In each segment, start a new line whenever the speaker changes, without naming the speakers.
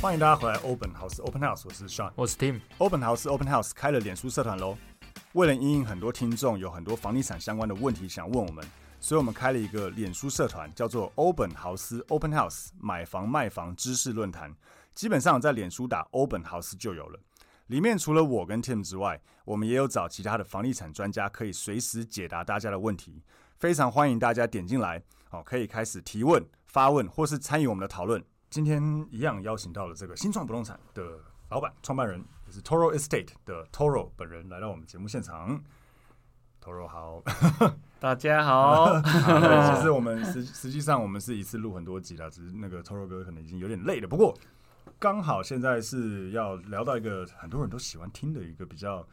欢迎大家回来 Open House Open House，我是 Sean。
我是 Tim，
Open House Open House 开了脸书社团喽。为了因应很多听众有很多房地产相关的问题想问我们，所以我们开了一个脸书社团，叫做 Open House Open House 买房卖房知识论坛。基本上在脸书打 Open House 就有了。里面除了我跟 Tim 之外，我们也有找其他的房地产专家，可以随时解答大家的问题。非常欢迎大家点进来，好、可以开始提问、发问，或是参与我们的讨论。今天一样邀请到了这个新创不动产的老板、创办人，也是 Toro Estate 的 Toro 本人来到我们节目现场。Toro 好，
大家 好。
啊对其实我们实实际上我们是一次录很多集了，只是那个 Toro 哥可能已经有点累了。不过刚好现在是要聊到一个很多人都喜欢听的一个比较，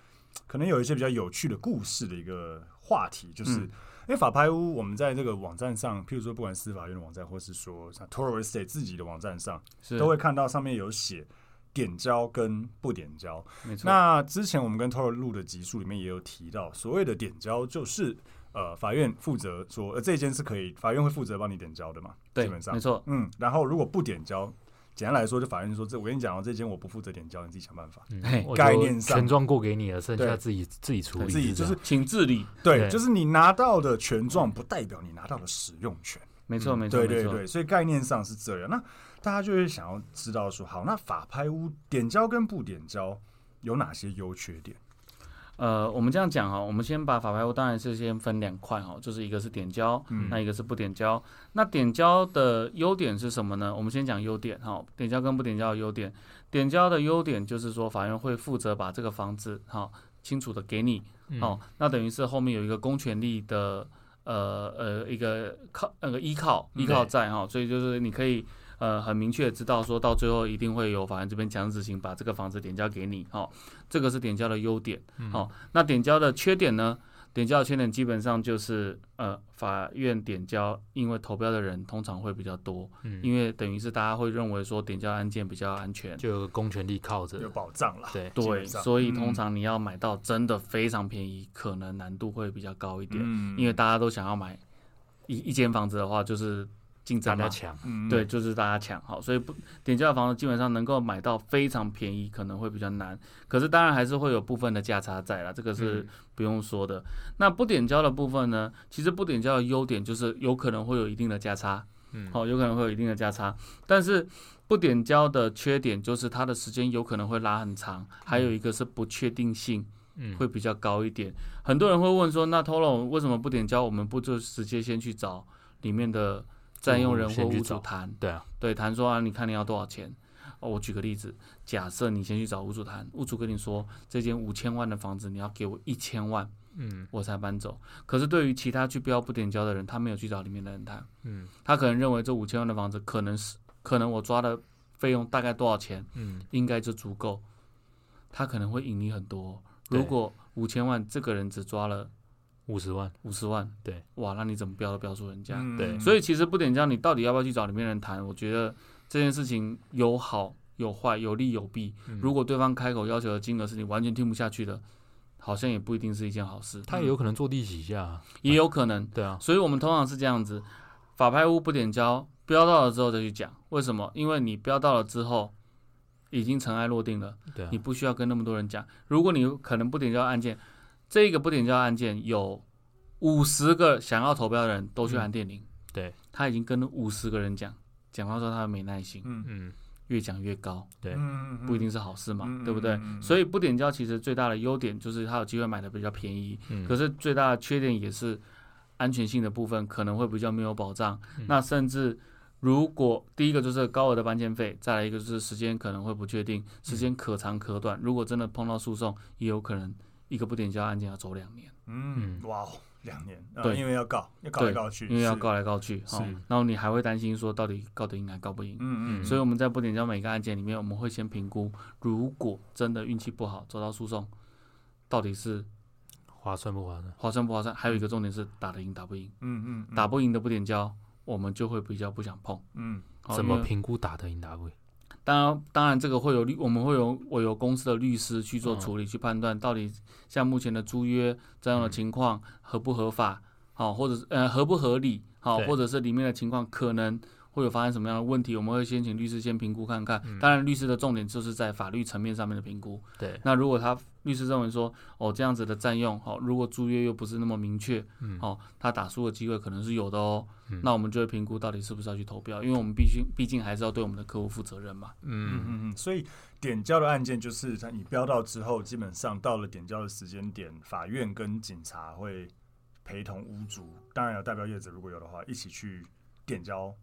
可能有一些比较有趣的故事的一个话题，就是。因为法拍屋，我们在这个网站上，譬如说不管司法院的网站，或是说像 Toro Estate 自己的网站上，
是
都会看到上面有写点交跟不点交。
没错，
那之前我们跟 Toro 录的集数里面也有提到，所谓的点交就是呃，法院负责说呃这件是可以，法院会负责帮你点交的嘛，
对
基本上
没错
嗯，然后如果不点交，简单来说，就法院说这我跟你讲哦，这间我不负责点交，你自己想办法。
嘿
我
概
就
念上
全状过给你了，剩
对
下自己自己处理，
自己
这
就是
样
请自理。
对，
对
就是你拿到的权状，不代表你拿到的使用权。
没错，没错，
对
没
对
错。
对，所以概念上是这样。那大家就会想要知道说，好，那法拍屋点交跟不点交有哪些优缺点？
呃，我们这样讲哈，我们先把法拍屋当然是先分两块哈，就是一个是点交，
嗯
那一个是不点交。那点交的优点是什么呢？我们先讲优点哈，点交跟不点交的优点。点交的优点就是说，法院会负责把这个房子哈清楚的给你，哦，那等于是后面有一个公权力的呃呃一个靠那个依靠依靠在哈、所以就是你可以呃很明确地知道说到最后一定会有法院这边强制执行把这个房子点交给你哈、这个是点交的优点。好、那点交的缺点呢？点交的缺点基本上就是呃法院点交，因为投标的人通常会比较多，
嗯
因为等于是大家会认为说点交案件比较安全。
就有个公权力靠
有
着，
保障啦。
对，
基
对，
本上
所以
嗯
通常你要买到真的非常便宜，可能难度会比较高一点，
嗯
因为大家都想要买一一间房子的话，就是竞
大
争
家
嘛，
抢，
嗯
对，就是大家抢好，所以不点价的房子基本上能够买到非常便宜，可能会比较难。可是当然还是会有部分的价差在啦，这个
嗯
是不用说的。那不点交的部分呢，其实不点交的优点就是有可能会有一定的价差，
嗯
好、有可能会有一定的价差，但是。不点交的缺点就是它的时间有可能会拉很长，还有一个是不确定性
嗯
会比较高一点。很多人会问说，那 Tolo 为什么不点交？我们不就直接先去找里面的占用人或
先去
屋主
找
谈？
对啊，
对，谈说啊，你看你要多少钱？哦，我举个例子，假设你先去找屋主谈，屋主跟你说这间五千万的房子你要给我一千万，
嗯
我才搬走。可是对于其他去标不点交的人，他没有去找里面的人谈，
嗯
他可能认为这五千万的房子可能是可能我抓的费用大概多少钱，
嗯，
应该就足够，他可能会盈利很多哦。如
对
果五千万这个人只抓了
五十万，
嗯
五十万，
对，嗯
哇，那你怎么标都标出人家，
对
所
以
以其实不点交，你到底要不要去找里面人谈？我觉得这件事情有好有坏，有利有弊。
嗯
如果对方开口要求的金额是你完全听不下去的，好像也不一定是一件好事。嗯
他也有可能坐地起价啊，
也有可能，
对啊，
所以我们通常是这样子：法拍屋不点交，标到了之后再去讲。为什么？因为你标到了之后，已经尘埃落定了，
对啊
你，不需要跟那么多人讲。如果你可能不点交案件，这个不点交案件有五十个想要投标的人都去按电铃，
嗯对，
他已经跟五十个人讲，讲到说他没耐心，
嗯
嗯
越讲越高，
对
嗯
不一定是好事嘛，
嗯嗯
对不对？
嗯嗯嗯
所以不点交其实最大的优点就是他有机会买的比较便宜，
嗯
可是最
嗯
大的缺点也是安全性的部分可能会比较没有保障，那甚至如果第一个就是高额的搬迁费，再来一个就是时间可能会不确定，
嗯
时间可长可短。如果真的碰到诉讼，也有可能一个不点交案件要走两年，
嗯，哇哦，两年，呃
对
因为要告，要告来
对
告去，
因为要
是
告，来告去，
是
哦，然后你还会担心说到底告得赢还告不赢。
嗯嗯，
所以我们在不点交每个案件里面，我们会先评估，如果真的运气不好走到诉讼，到底是
划算不划算？
划算不划算？还有一个重点是打得赢打不赢，
嗯嗯嗯
打不赢的不点交，我们就会比较不想碰。
嗯
哦
怎么？
因为
评估打得赢打不赢？
当然，当然这个会有律，我们会有我有公司的律师去做
嗯
处理，去判断到底像目前的租约这
嗯
样的情况合不合法，好、或者是呃合不合理，好、
对
或者是里面的情况可能会有发生什么样的问题，我们会先请律师先评估看看。
嗯
当然，律师的重点就是在法律层面上面的评估。
对，
那如果他律师认为说，哦这样子的占用，好、如果租约又不是那么明确，
嗯
哦，他打输的机会可能是有的哦，
嗯
那我们就会评估到底是不是要去投标，因为我们必须毕竟还是要对我们的客户负责任嘛。
嗯
嗯，
嗯嗯，所以点交的案件就是它你标到之后，基本上到了点交的时间点，法院跟警察会陪同屋主，当然有代表业者，如果有的话，一起去点交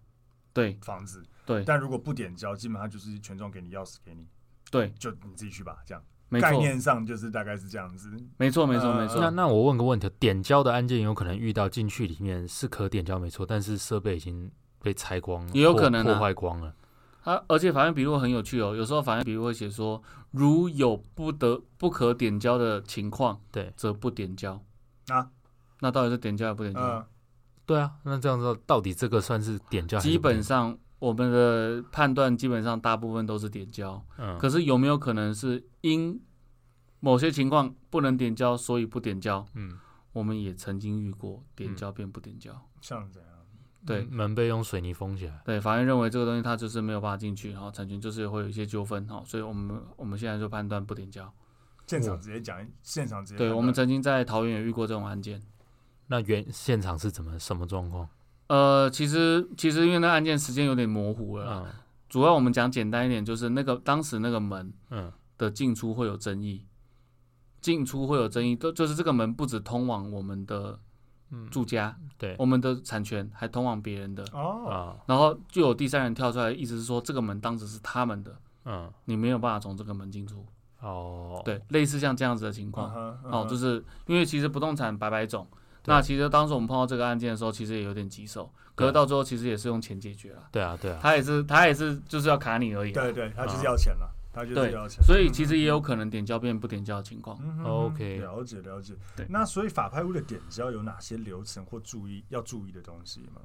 对
房子。
对
但如果不点交，基本上就是权状给你，钥匙给你，
对，
就你自己去吧，这样。
没
概
错，
念上就是大概是这样子。
没错，没错，
呃
没
那
错。
那我问个问题，点交的案件有可能遇到进去里面是可点交没错，但是设备已经被拆光了，
也有
破
可能啊
破坏光了。
啊，而且法院笔录很有趣哦，有时候法院笔录会写说，如有不得不可点交的情况，
对
则不点交。
啊，
那到底是点交还是不点交？
嗯
对啊，那这样子到底这个算是点交还是
基
不点
本上我们的判断基本上大部分都是点交。
嗯，
可是有没有可能是因某些情况不能点交，所以不点交？
嗯，
我们也曾经遇过点交变不点交。
像怎样？
对
门被用水泥封起来。
对，法院认为这个东西它就是没有办法进去，然后产权就是会有一些纠纷，哈，所以我们我们现在就判断不点交。
现场直接讲，现场直接判
对，
断
我们曾经在桃园也遇过这种案件。
那原现场是怎么什么状况？
呃，其实其实因为那案件时间有点模糊了啦，
嗯
主要我们讲简单一点，就是那个当时那个门
嗯
的进出会有争议，进出会有争议，都就是这个门不止通往我们的
嗯，
住家，
对
我们的产权还通往别人的，
哦，
啊
然后就有第三人跳出来，意思是说这个门当时是他们的，
嗯
你没有办法从这个门进出。
哦，
对，类似像这样子的情
啊嗯
况，哦，就是是因为其实不动产百百种，
对
那其实当时我们碰到这个案件的时候，其实也有点棘手，可是
对
到最后其实也是用钱解决了，
对啊对啊，
他也是他也是就是要卡你而已啊，
对对，他就是要钱了，他就是
对
要钱。嗯
所以其实也有可能点交变不点交的情况。
嗯哼
OK
了解了解
对。
那所以法拍屋的点交有哪些流程或注意要注意的东西吗？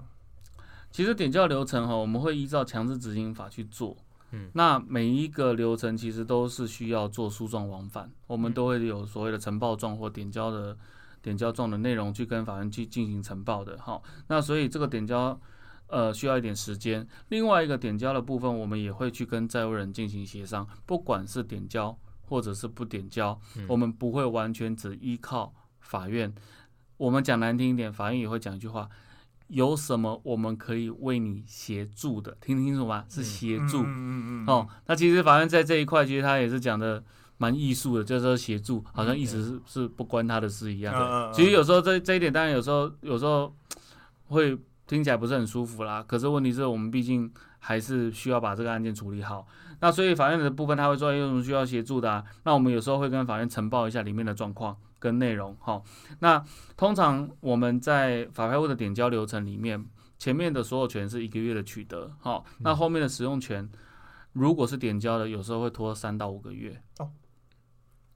其实点交流程哈，我们会依照强制执行法去做。
嗯，
那每一个流程其实都是需要做诉状往返，我
嗯
们都会有所谓的呈报状或点交的点交状的内容去跟法院去进行呈报的哈。那所以这个点交呃需要一点时间。另外一个点交的部分，我们也会去跟债务人进行协商，不管是点交或者是不点交，
嗯
我们不会完全只依靠法院。我们讲难听一点，法院也会讲一句话：有什么我们可以为你协助的？听清楚吗？是协助、
嗯嗯嗯嗯
哦。那其实法院在这一块，其实他也是讲的蛮艺术的，就是说协助，好像一直是、是不关他的事一样。
嗯嗯
其实有时候这这一点，当然有时候有时候会听起来不是很舒服啦。可是问题是我们毕竟还是需要把这个案件处理好。那所以法院的部分他会说哎有什么需要协助的、啊，那我们有时候会跟法院呈报一下里面的状况跟内容。哈，那通常我们在法拍屋的点交流程里面，前面的所有权是一个月的取得，好，
嗯
那后面的使用权。如果是点交的，有时候会拖三到五个月。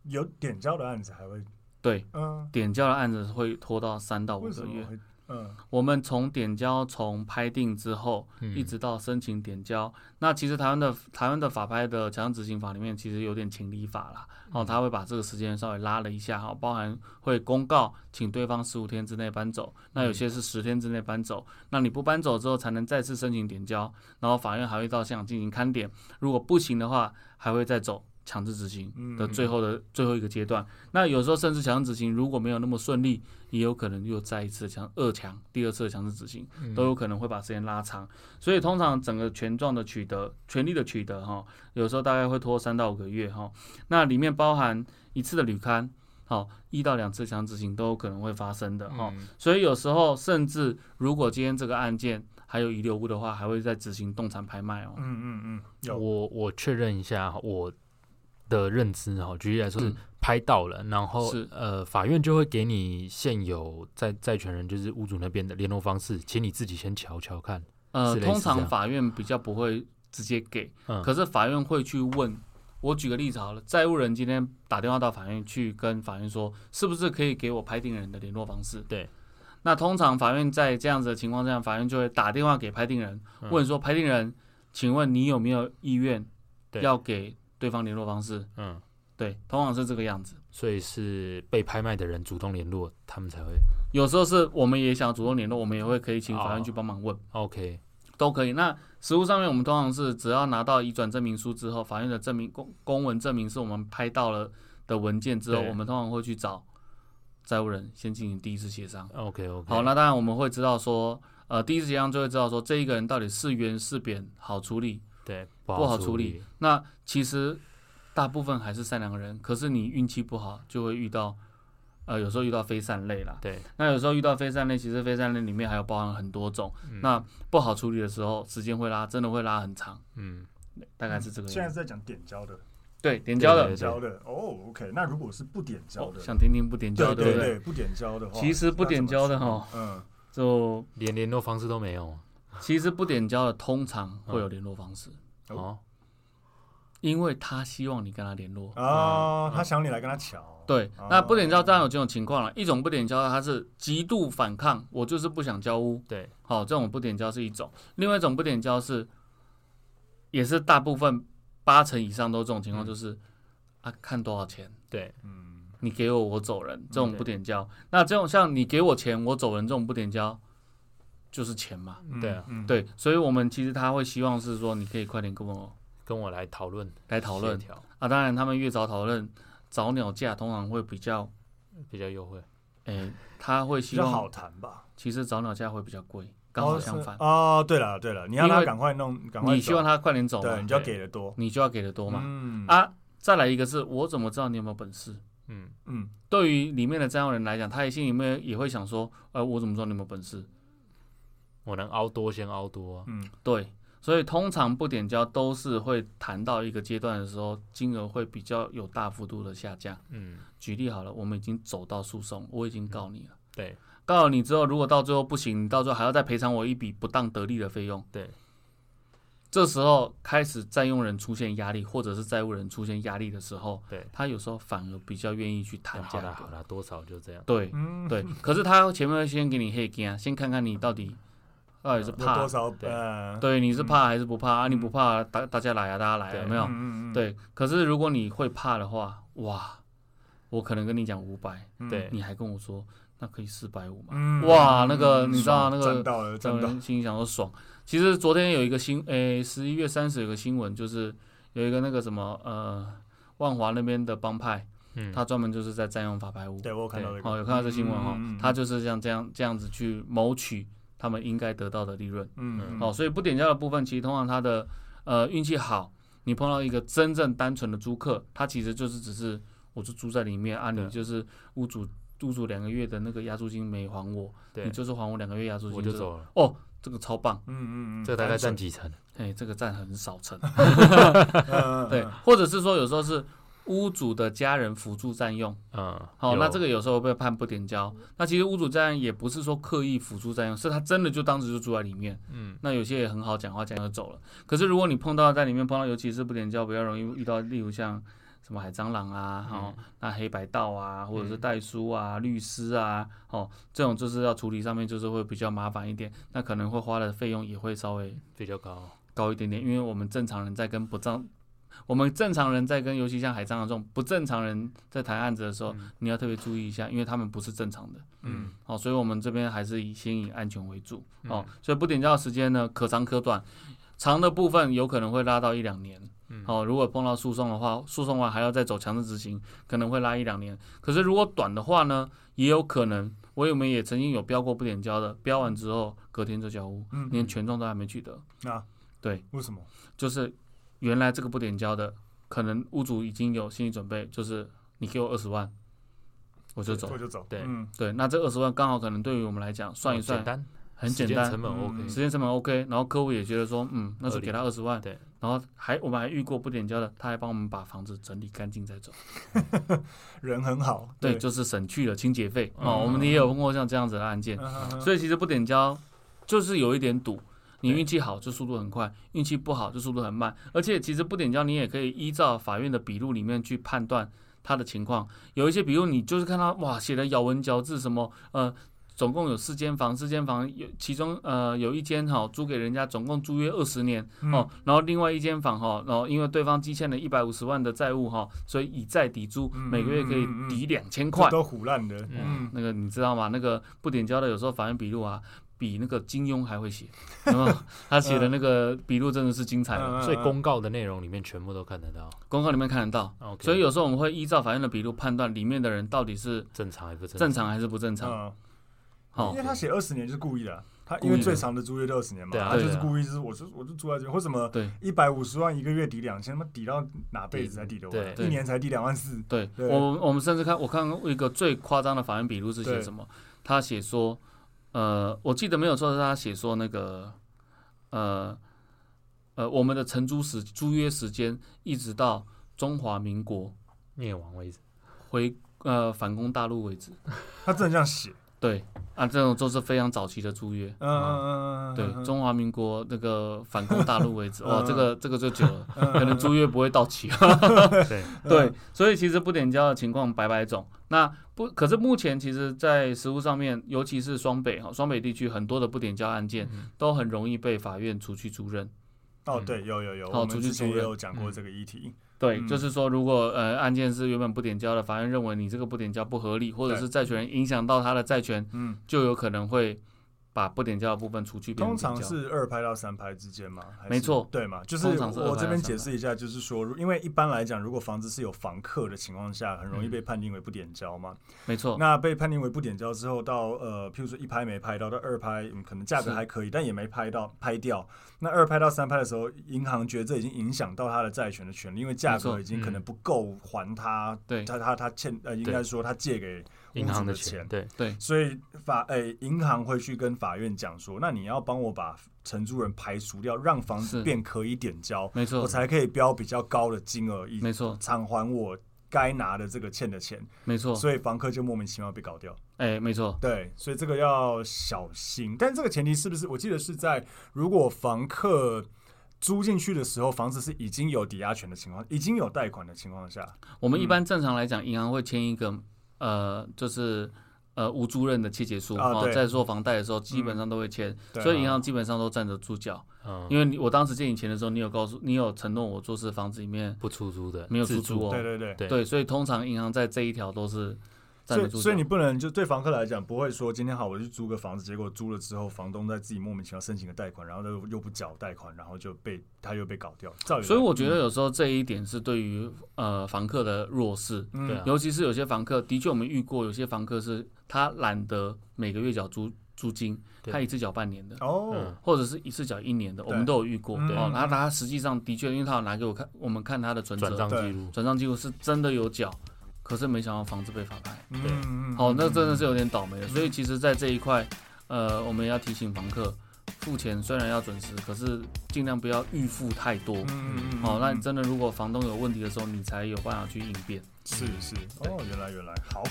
有点交的案子还会
对，
嗯，
点交的案子会拖到三到哦五
为什
个月哦
么。会嗯
我们从点交从拍定之后，一直到申请点交，那其实台湾的台湾的法拍的强制执行法里面其实有点情理法啦，哦，他会把这个时间稍微拉了一下哈，包含会公告请对方十五天之内搬走，那有些是十天之内搬走，那你不搬走之后才能再次申请点交，然后法院还会到现场进行勘点，如果不行的话，还会再走。强制执行的最后的最后一个阶段，那有时候甚至强制执行如果没有那么顺利，也有可能又再一次强二强，第二次的强制执行，都有可能会把时间拉长。所以通常整个权状的取得、权利的取得，哈，有时候大概会拖三到五个月，哈。那里面包含一次的履勘，好，一到两次强制执行都有可能会发生的，哈。所以有时候甚至如果今天这个案件还有遗留物的话，还会再执行动产拍卖哦。
嗯嗯嗯，有
我我确认一下哈我的认知哈，举例来说是
嗯
拍到了，然后
是
呃，法院就会给你现有债债权人就是屋主那边的联络方式，请你自己先瞧瞧看。
呃，
是类似
通
这
常
样
法院比较不会直接给，
嗯
可是法院会去问。我举个例子好了，债务人今天打电话到法院去跟法院说，是不是可以给我拍定人的联络方式？
对。
那通常法院在这样子的情况下，法院就会打电话给拍定人，
嗯
问说：“拍定人，请问你有没有意愿
对
要给对方联络方式
嗯，？”
对，通常是这个样子。
所以是被拍卖的人主动联络，他们才会
有时候是我们也想主动联络，我们也会可以请法
哦
院去帮忙问。
OK。
都可以。那实物上面，我们通常是只要拿到移转证明书之后，法院的证明公公文证明是我们拍到了的文件之后，
对
我们通常会去找债务人先进行第一次协商。
OK OK，
好，那当然我们会知道说，呃，第一次协商就会知道说这一个人到底是圆是扁，好处理。
对不
不好
好
处
处
理，那其实大部分还是善良人，可是你运气不好就会遇到，呃，有时候遇到非善类啦。
对，
那有时候遇到非善类，其实非善类里面还有包含很多种。
嗯
那不好处理的时候，时间会拉，真的会拉很长，
嗯，
大概是这个
现在
样
是
子。
在讲点交的，
对，点交的
对
点，交的哦，OK。那如果是不点交
哦
的，
想听听不点交，
对
对不
对，？不点交的话，
其实不点交的
那怎么
哈，
处理，嗯，
就
连联络方式都没有
其实不点交的通常会有联络方式，
哦
哦。
因为他希望你跟他联络。
啊，他想你来跟他瞧，
嗯对
哦，
那不点交当然有这种情况了。一种不点交，他是极度反抗，我就是不想交屋。
对，
好，这种不点交是一种；另外一种不点交是，也是大部分八成以上都这种情况，就是、啊，看多少钱，
对，
嗯，
你给我我走人，这种
对
不点交。那这种像你给我钱我走人这种不点交，就是钱嘛。
嗯
对啊，
嗯，
对，所以我们其实他会希望是说，你可以快点跟我
跟我来讨论
来讨论
协调
啊。当然，他们越早讨论，早鸟价通常会比较，
比较优惠。
诶、他会
比
希
较
望
好谈吧。
其实早鸟价会比较贵，刚好相反。
哦，是哦对了对了，你让
因
他
为
赶快弄，赶快
你希望
他
他快点走
对，
嘛
你，就要
对
给的多
你就要给的多嘛。
嗯
啊，再来一个是我怎么知道你有没有本事？
嗯，
嗯，
对于里面的占用人来讲，他也心里面也会想说，呃，我怎么知道你有没有本事？
我能凹多先凹多啊。
嗯
对，所以通常不点交都是会谈到一个阶段的时候，金额会比较有大幅度的下降。
嗯，
举例好了，我们已经走到诉讼，我已经告你了。
对，
告了你之后，如果到最后不行，你到最后还要再赔偿我一笔不当得利的费用。
对，
这时候开始占用人出现压力，或者是债务人出现压力的时候，
对
他有时候反而比较愿意去谈
哦好
价
啦
格
好。啦，多少就这样。
对
嗯，
对，可是他前面会先给你黑金啊，先看看你到底到底是
有
怕
多，少
对
呃，
对，你是怕还是不怕啊？你不怕，大大家来啊，大家来啊，
对
有没
嗯，
有？
嗯，
对，可是如果你会怕的话，哇，我可能跟你讲五百，
嗯
对，
你还跟我说那可以四百五嘛？
嗯
哇
嗯
那个
嗯
你知道那个
爽赚到了，
让
赚到，
人心里想说爽。其实昨天有一个新，诶、1十一月三十有个新闻，就是有一个那个什么，呃，万华那边的帮派，
嗯，
他专门就是在占用法拍屋。
对我有看到
对
这个，
哦，有看到这新闻哈、
嗯嗯嗯
他就是这样这样这样子去谋取他们应该得到的利润。
嗯，
哦，所以不点交的部分，其实通常他的呃运气好，你碰到一个真正单纯的租客，他其实就是只是我就住在里面啊，你
对
就是屋主屋主两个月的那个押租金没还我，
对
你，就是还我两个月押租金，
我就
这。
走了。
哦，这个超棒，
嗯嗯嗯，
这大概
单纯，
占几成？
哎，这个占很少 成，
嗯
对，，或者是说有时候是屋主的家人辅助占用，
嗯，
好，
有
那这个有时候被判不点交，那其实屋主占也不是说刻意辅助占用，是他真的就当时就住在里面，
嗯，
那有些也很好讲话，讲就走了。可是如果你碰到在里面碰到，尤其是不点交，比较容易遇到，例如像什么海蟑螂啊，
嗯
好、那黑白道啊，或者是代书啊、律师啊，哦，这种就是要处理上面就是会比较麻烦一点，那可能会花的费用也会稍微
比较高。
高一点点，因为我们正常人在跟不正，我们正常人在跟，尤其像海蟑螂这种不正常人在谈案子的时候，你要特别注意一下，因为他们不是正常的。
嗯，
哦，所以我们这边还是以先以安全为主。哦
嗯，
所以不点交的时间呢，可长可短，长的部分有可能会拉到一两年。哦，如果碰到诉讼的话，诉讼完还要再走强制执行，可能会拉一两年。可是如果短的话呢，也有可能，我有没有也曾经有标过不点交的，标完之后隔天就交屋，
嗯
连权状都还没取得。
那
对，
为什么？
就是原来这个不点交的，可能屋主已经有心理准备，就是你给我二十万，我就走
我。就走，
对
嗯
对，那这二十万刚好可能对于我们来讲，算一
哦
算
简，单。
很
时
简
间
单，
成本 OK，、
嗯
时间成本 OK，然后客户也觉得说，嗯，那就给他二十万，
对，
然后还我们还遇过不点交的，他还帮我们把房子整理干净再走，
人很好，
对，就是省去了清洁费
嗯
哦。我们也有碰过像这样子的案件，
所
所以其实不点交就是有一点赌，你运气好就速度很快，运气不好就速度很慢，而且其实不点交你也可以依照法院的笔录里面去判断他的情况，有一些笔录你就是看他哇写的咬文嚼字什么呃。总共有四间房，四间房有其中呃有一间哈、租给人家，总共租约二十年，
以
哦，然后另外一间房哈、然后因为对方积欠了一百五十万的债务哈、所以以债抵租，
嗯
每个月可以
嗯嗯嗯
抵两千块。
都胡乱的，
嗯
嗯，
那个你知道吗？那个不点交的有时候法院笔录啊，比那个金庸还 会写，有没有？他写
嗯
的那个笔录真的是精彩了，
所以公告的内容里面全部都看得到。
公告里面看得到。
OK，
所以有时候我们会依照法院的笔录判断里面的人到底是
正常还不正
正常还是不正常。
嗯，
好、
因为他写二十年就是故意的啊，他
故意
因
的
为最长的租约都二十年嘛，
对啊
他就
对
是
啊
故意，就是我就我就住在这边，或什么
对
一百五十万一个月抵两千，他妈抵到哪辈子才抵得
对
完？
对
一年才抵两万四，
对，
对
我我们甚至看我看过一个最夸张的法院笔录是写
对
什么？他写说，呃，我记得没有错，是他写说那个，呃，呃，我们的承租时租约时间一直到中华民国
灭亡为 止。
回呃反攻大陆为止。
他真的这样写，
对啊，这种都是非常早期的租约。
嗯嗯嗯，嗯
对，
嗯
中华民国那个反攻大 陆为止，哇，
嗯
这个这个就久了， 可能租约不会到期。
对，
嗯
对，所以其实不点交的情况百百种。那不，可是目前其实，在实务上面，尤其是双北哈，双北地区很多的不点交案件
嗯
都很容易被法院除去租任。
哦对，有有有，
好
我们
出去
之前
嗯租
也
人
有讲过这个议题，
对，
嗯
就是说，如果呃案件是原本不点交的，法院认为你这个不点交不合理，或者
对
是债权人影响到他的债权，
嗯，
就有可能会把不点交的部分除去。变成
通常
点交
是二拍到三拍之间嘛，还是
没错
对嘛，就是
通常是二拍到
我这边
三
解
拍
释一下，就是说，如因为一般来讲，如果房子是有房客的情况下，很容易
嗯
被判定为不点交嘛。
没错，
那被判定为不点交之后，到呃，譬如说一拍没拍到，到二拍、嗯、可能价格
是
还可以，但也没拍到拍掉。那二拍到三拍的时候，银行觉得这已经影响到他的债权的权利，因为价
没错
格已经可
嗯
能不够还他，
对
他他他欠呃，应该说他借给
银行
屋 主的
钱，对，
所以法诶，银行会去跟法院讲说，那你要帮我把承租人排除掉，让房子
是
变可以点交，
没
我
错，
才可以标比较高的金额，以
没错，
偿还我该拿的这个欠的钱。
没错，
所以房客就莫名其妙被搞掉。
哎，没错，
对，所以这个要小心。但这个前提是不是？我记得是在如果房客租进去的时候，房子是已经有抵押权的情况，已经有贷款的情况下，
我们一
嗯
般正常来讲，银行会签一个呃，就是呃无租任的切结书
啊
哦，
对
在做房贷的时候，基本上都会签，
对啊
所以银行基本上都站得住脚。
嗯，
因为你我当时借你钱的时候，你有告诉你有承诺我说是房子里面
不出租的，
没有
自
出租哦，
对对对。
对
对，所以通常银行在这一条都是
所
站得
以，
住脚。
所以你不能就对房客来讲，不会说今天好，我去租个房子，结果租了之后，房东在自己莫名其妙申请个贷款，然后又又不缴贷款，然后就被他又被搞掉。照理来
所以我觉得有时候这一点是对于呃房客的弱势，
嗯
对啊
尤其是有些房客，的确我们遇过有些房客是他懒得每个月缴租租金，
对
他一次缴半年的。
哦
嗯，
或者是一次缴一年的，
对
我们都有遇过
嗯
哦。
嗯
然后他实际上的确，因为他有拿给我看，我们看他的存折
转账记录，
转账记录是真的有缴，可是没想到房子被法拍，
嗯
对
嗯
哦，那
嗯
真的是有点倒霉了。所以其实，在这一块，呃，我们也要提醒房客，付钱虽然要准时，可是尽量不要预付太多。
嗯嗯嗯
哦，那
嗯
你真的如果房东有问题的时候，你才有办法去应变。
是是哦，原来原来好，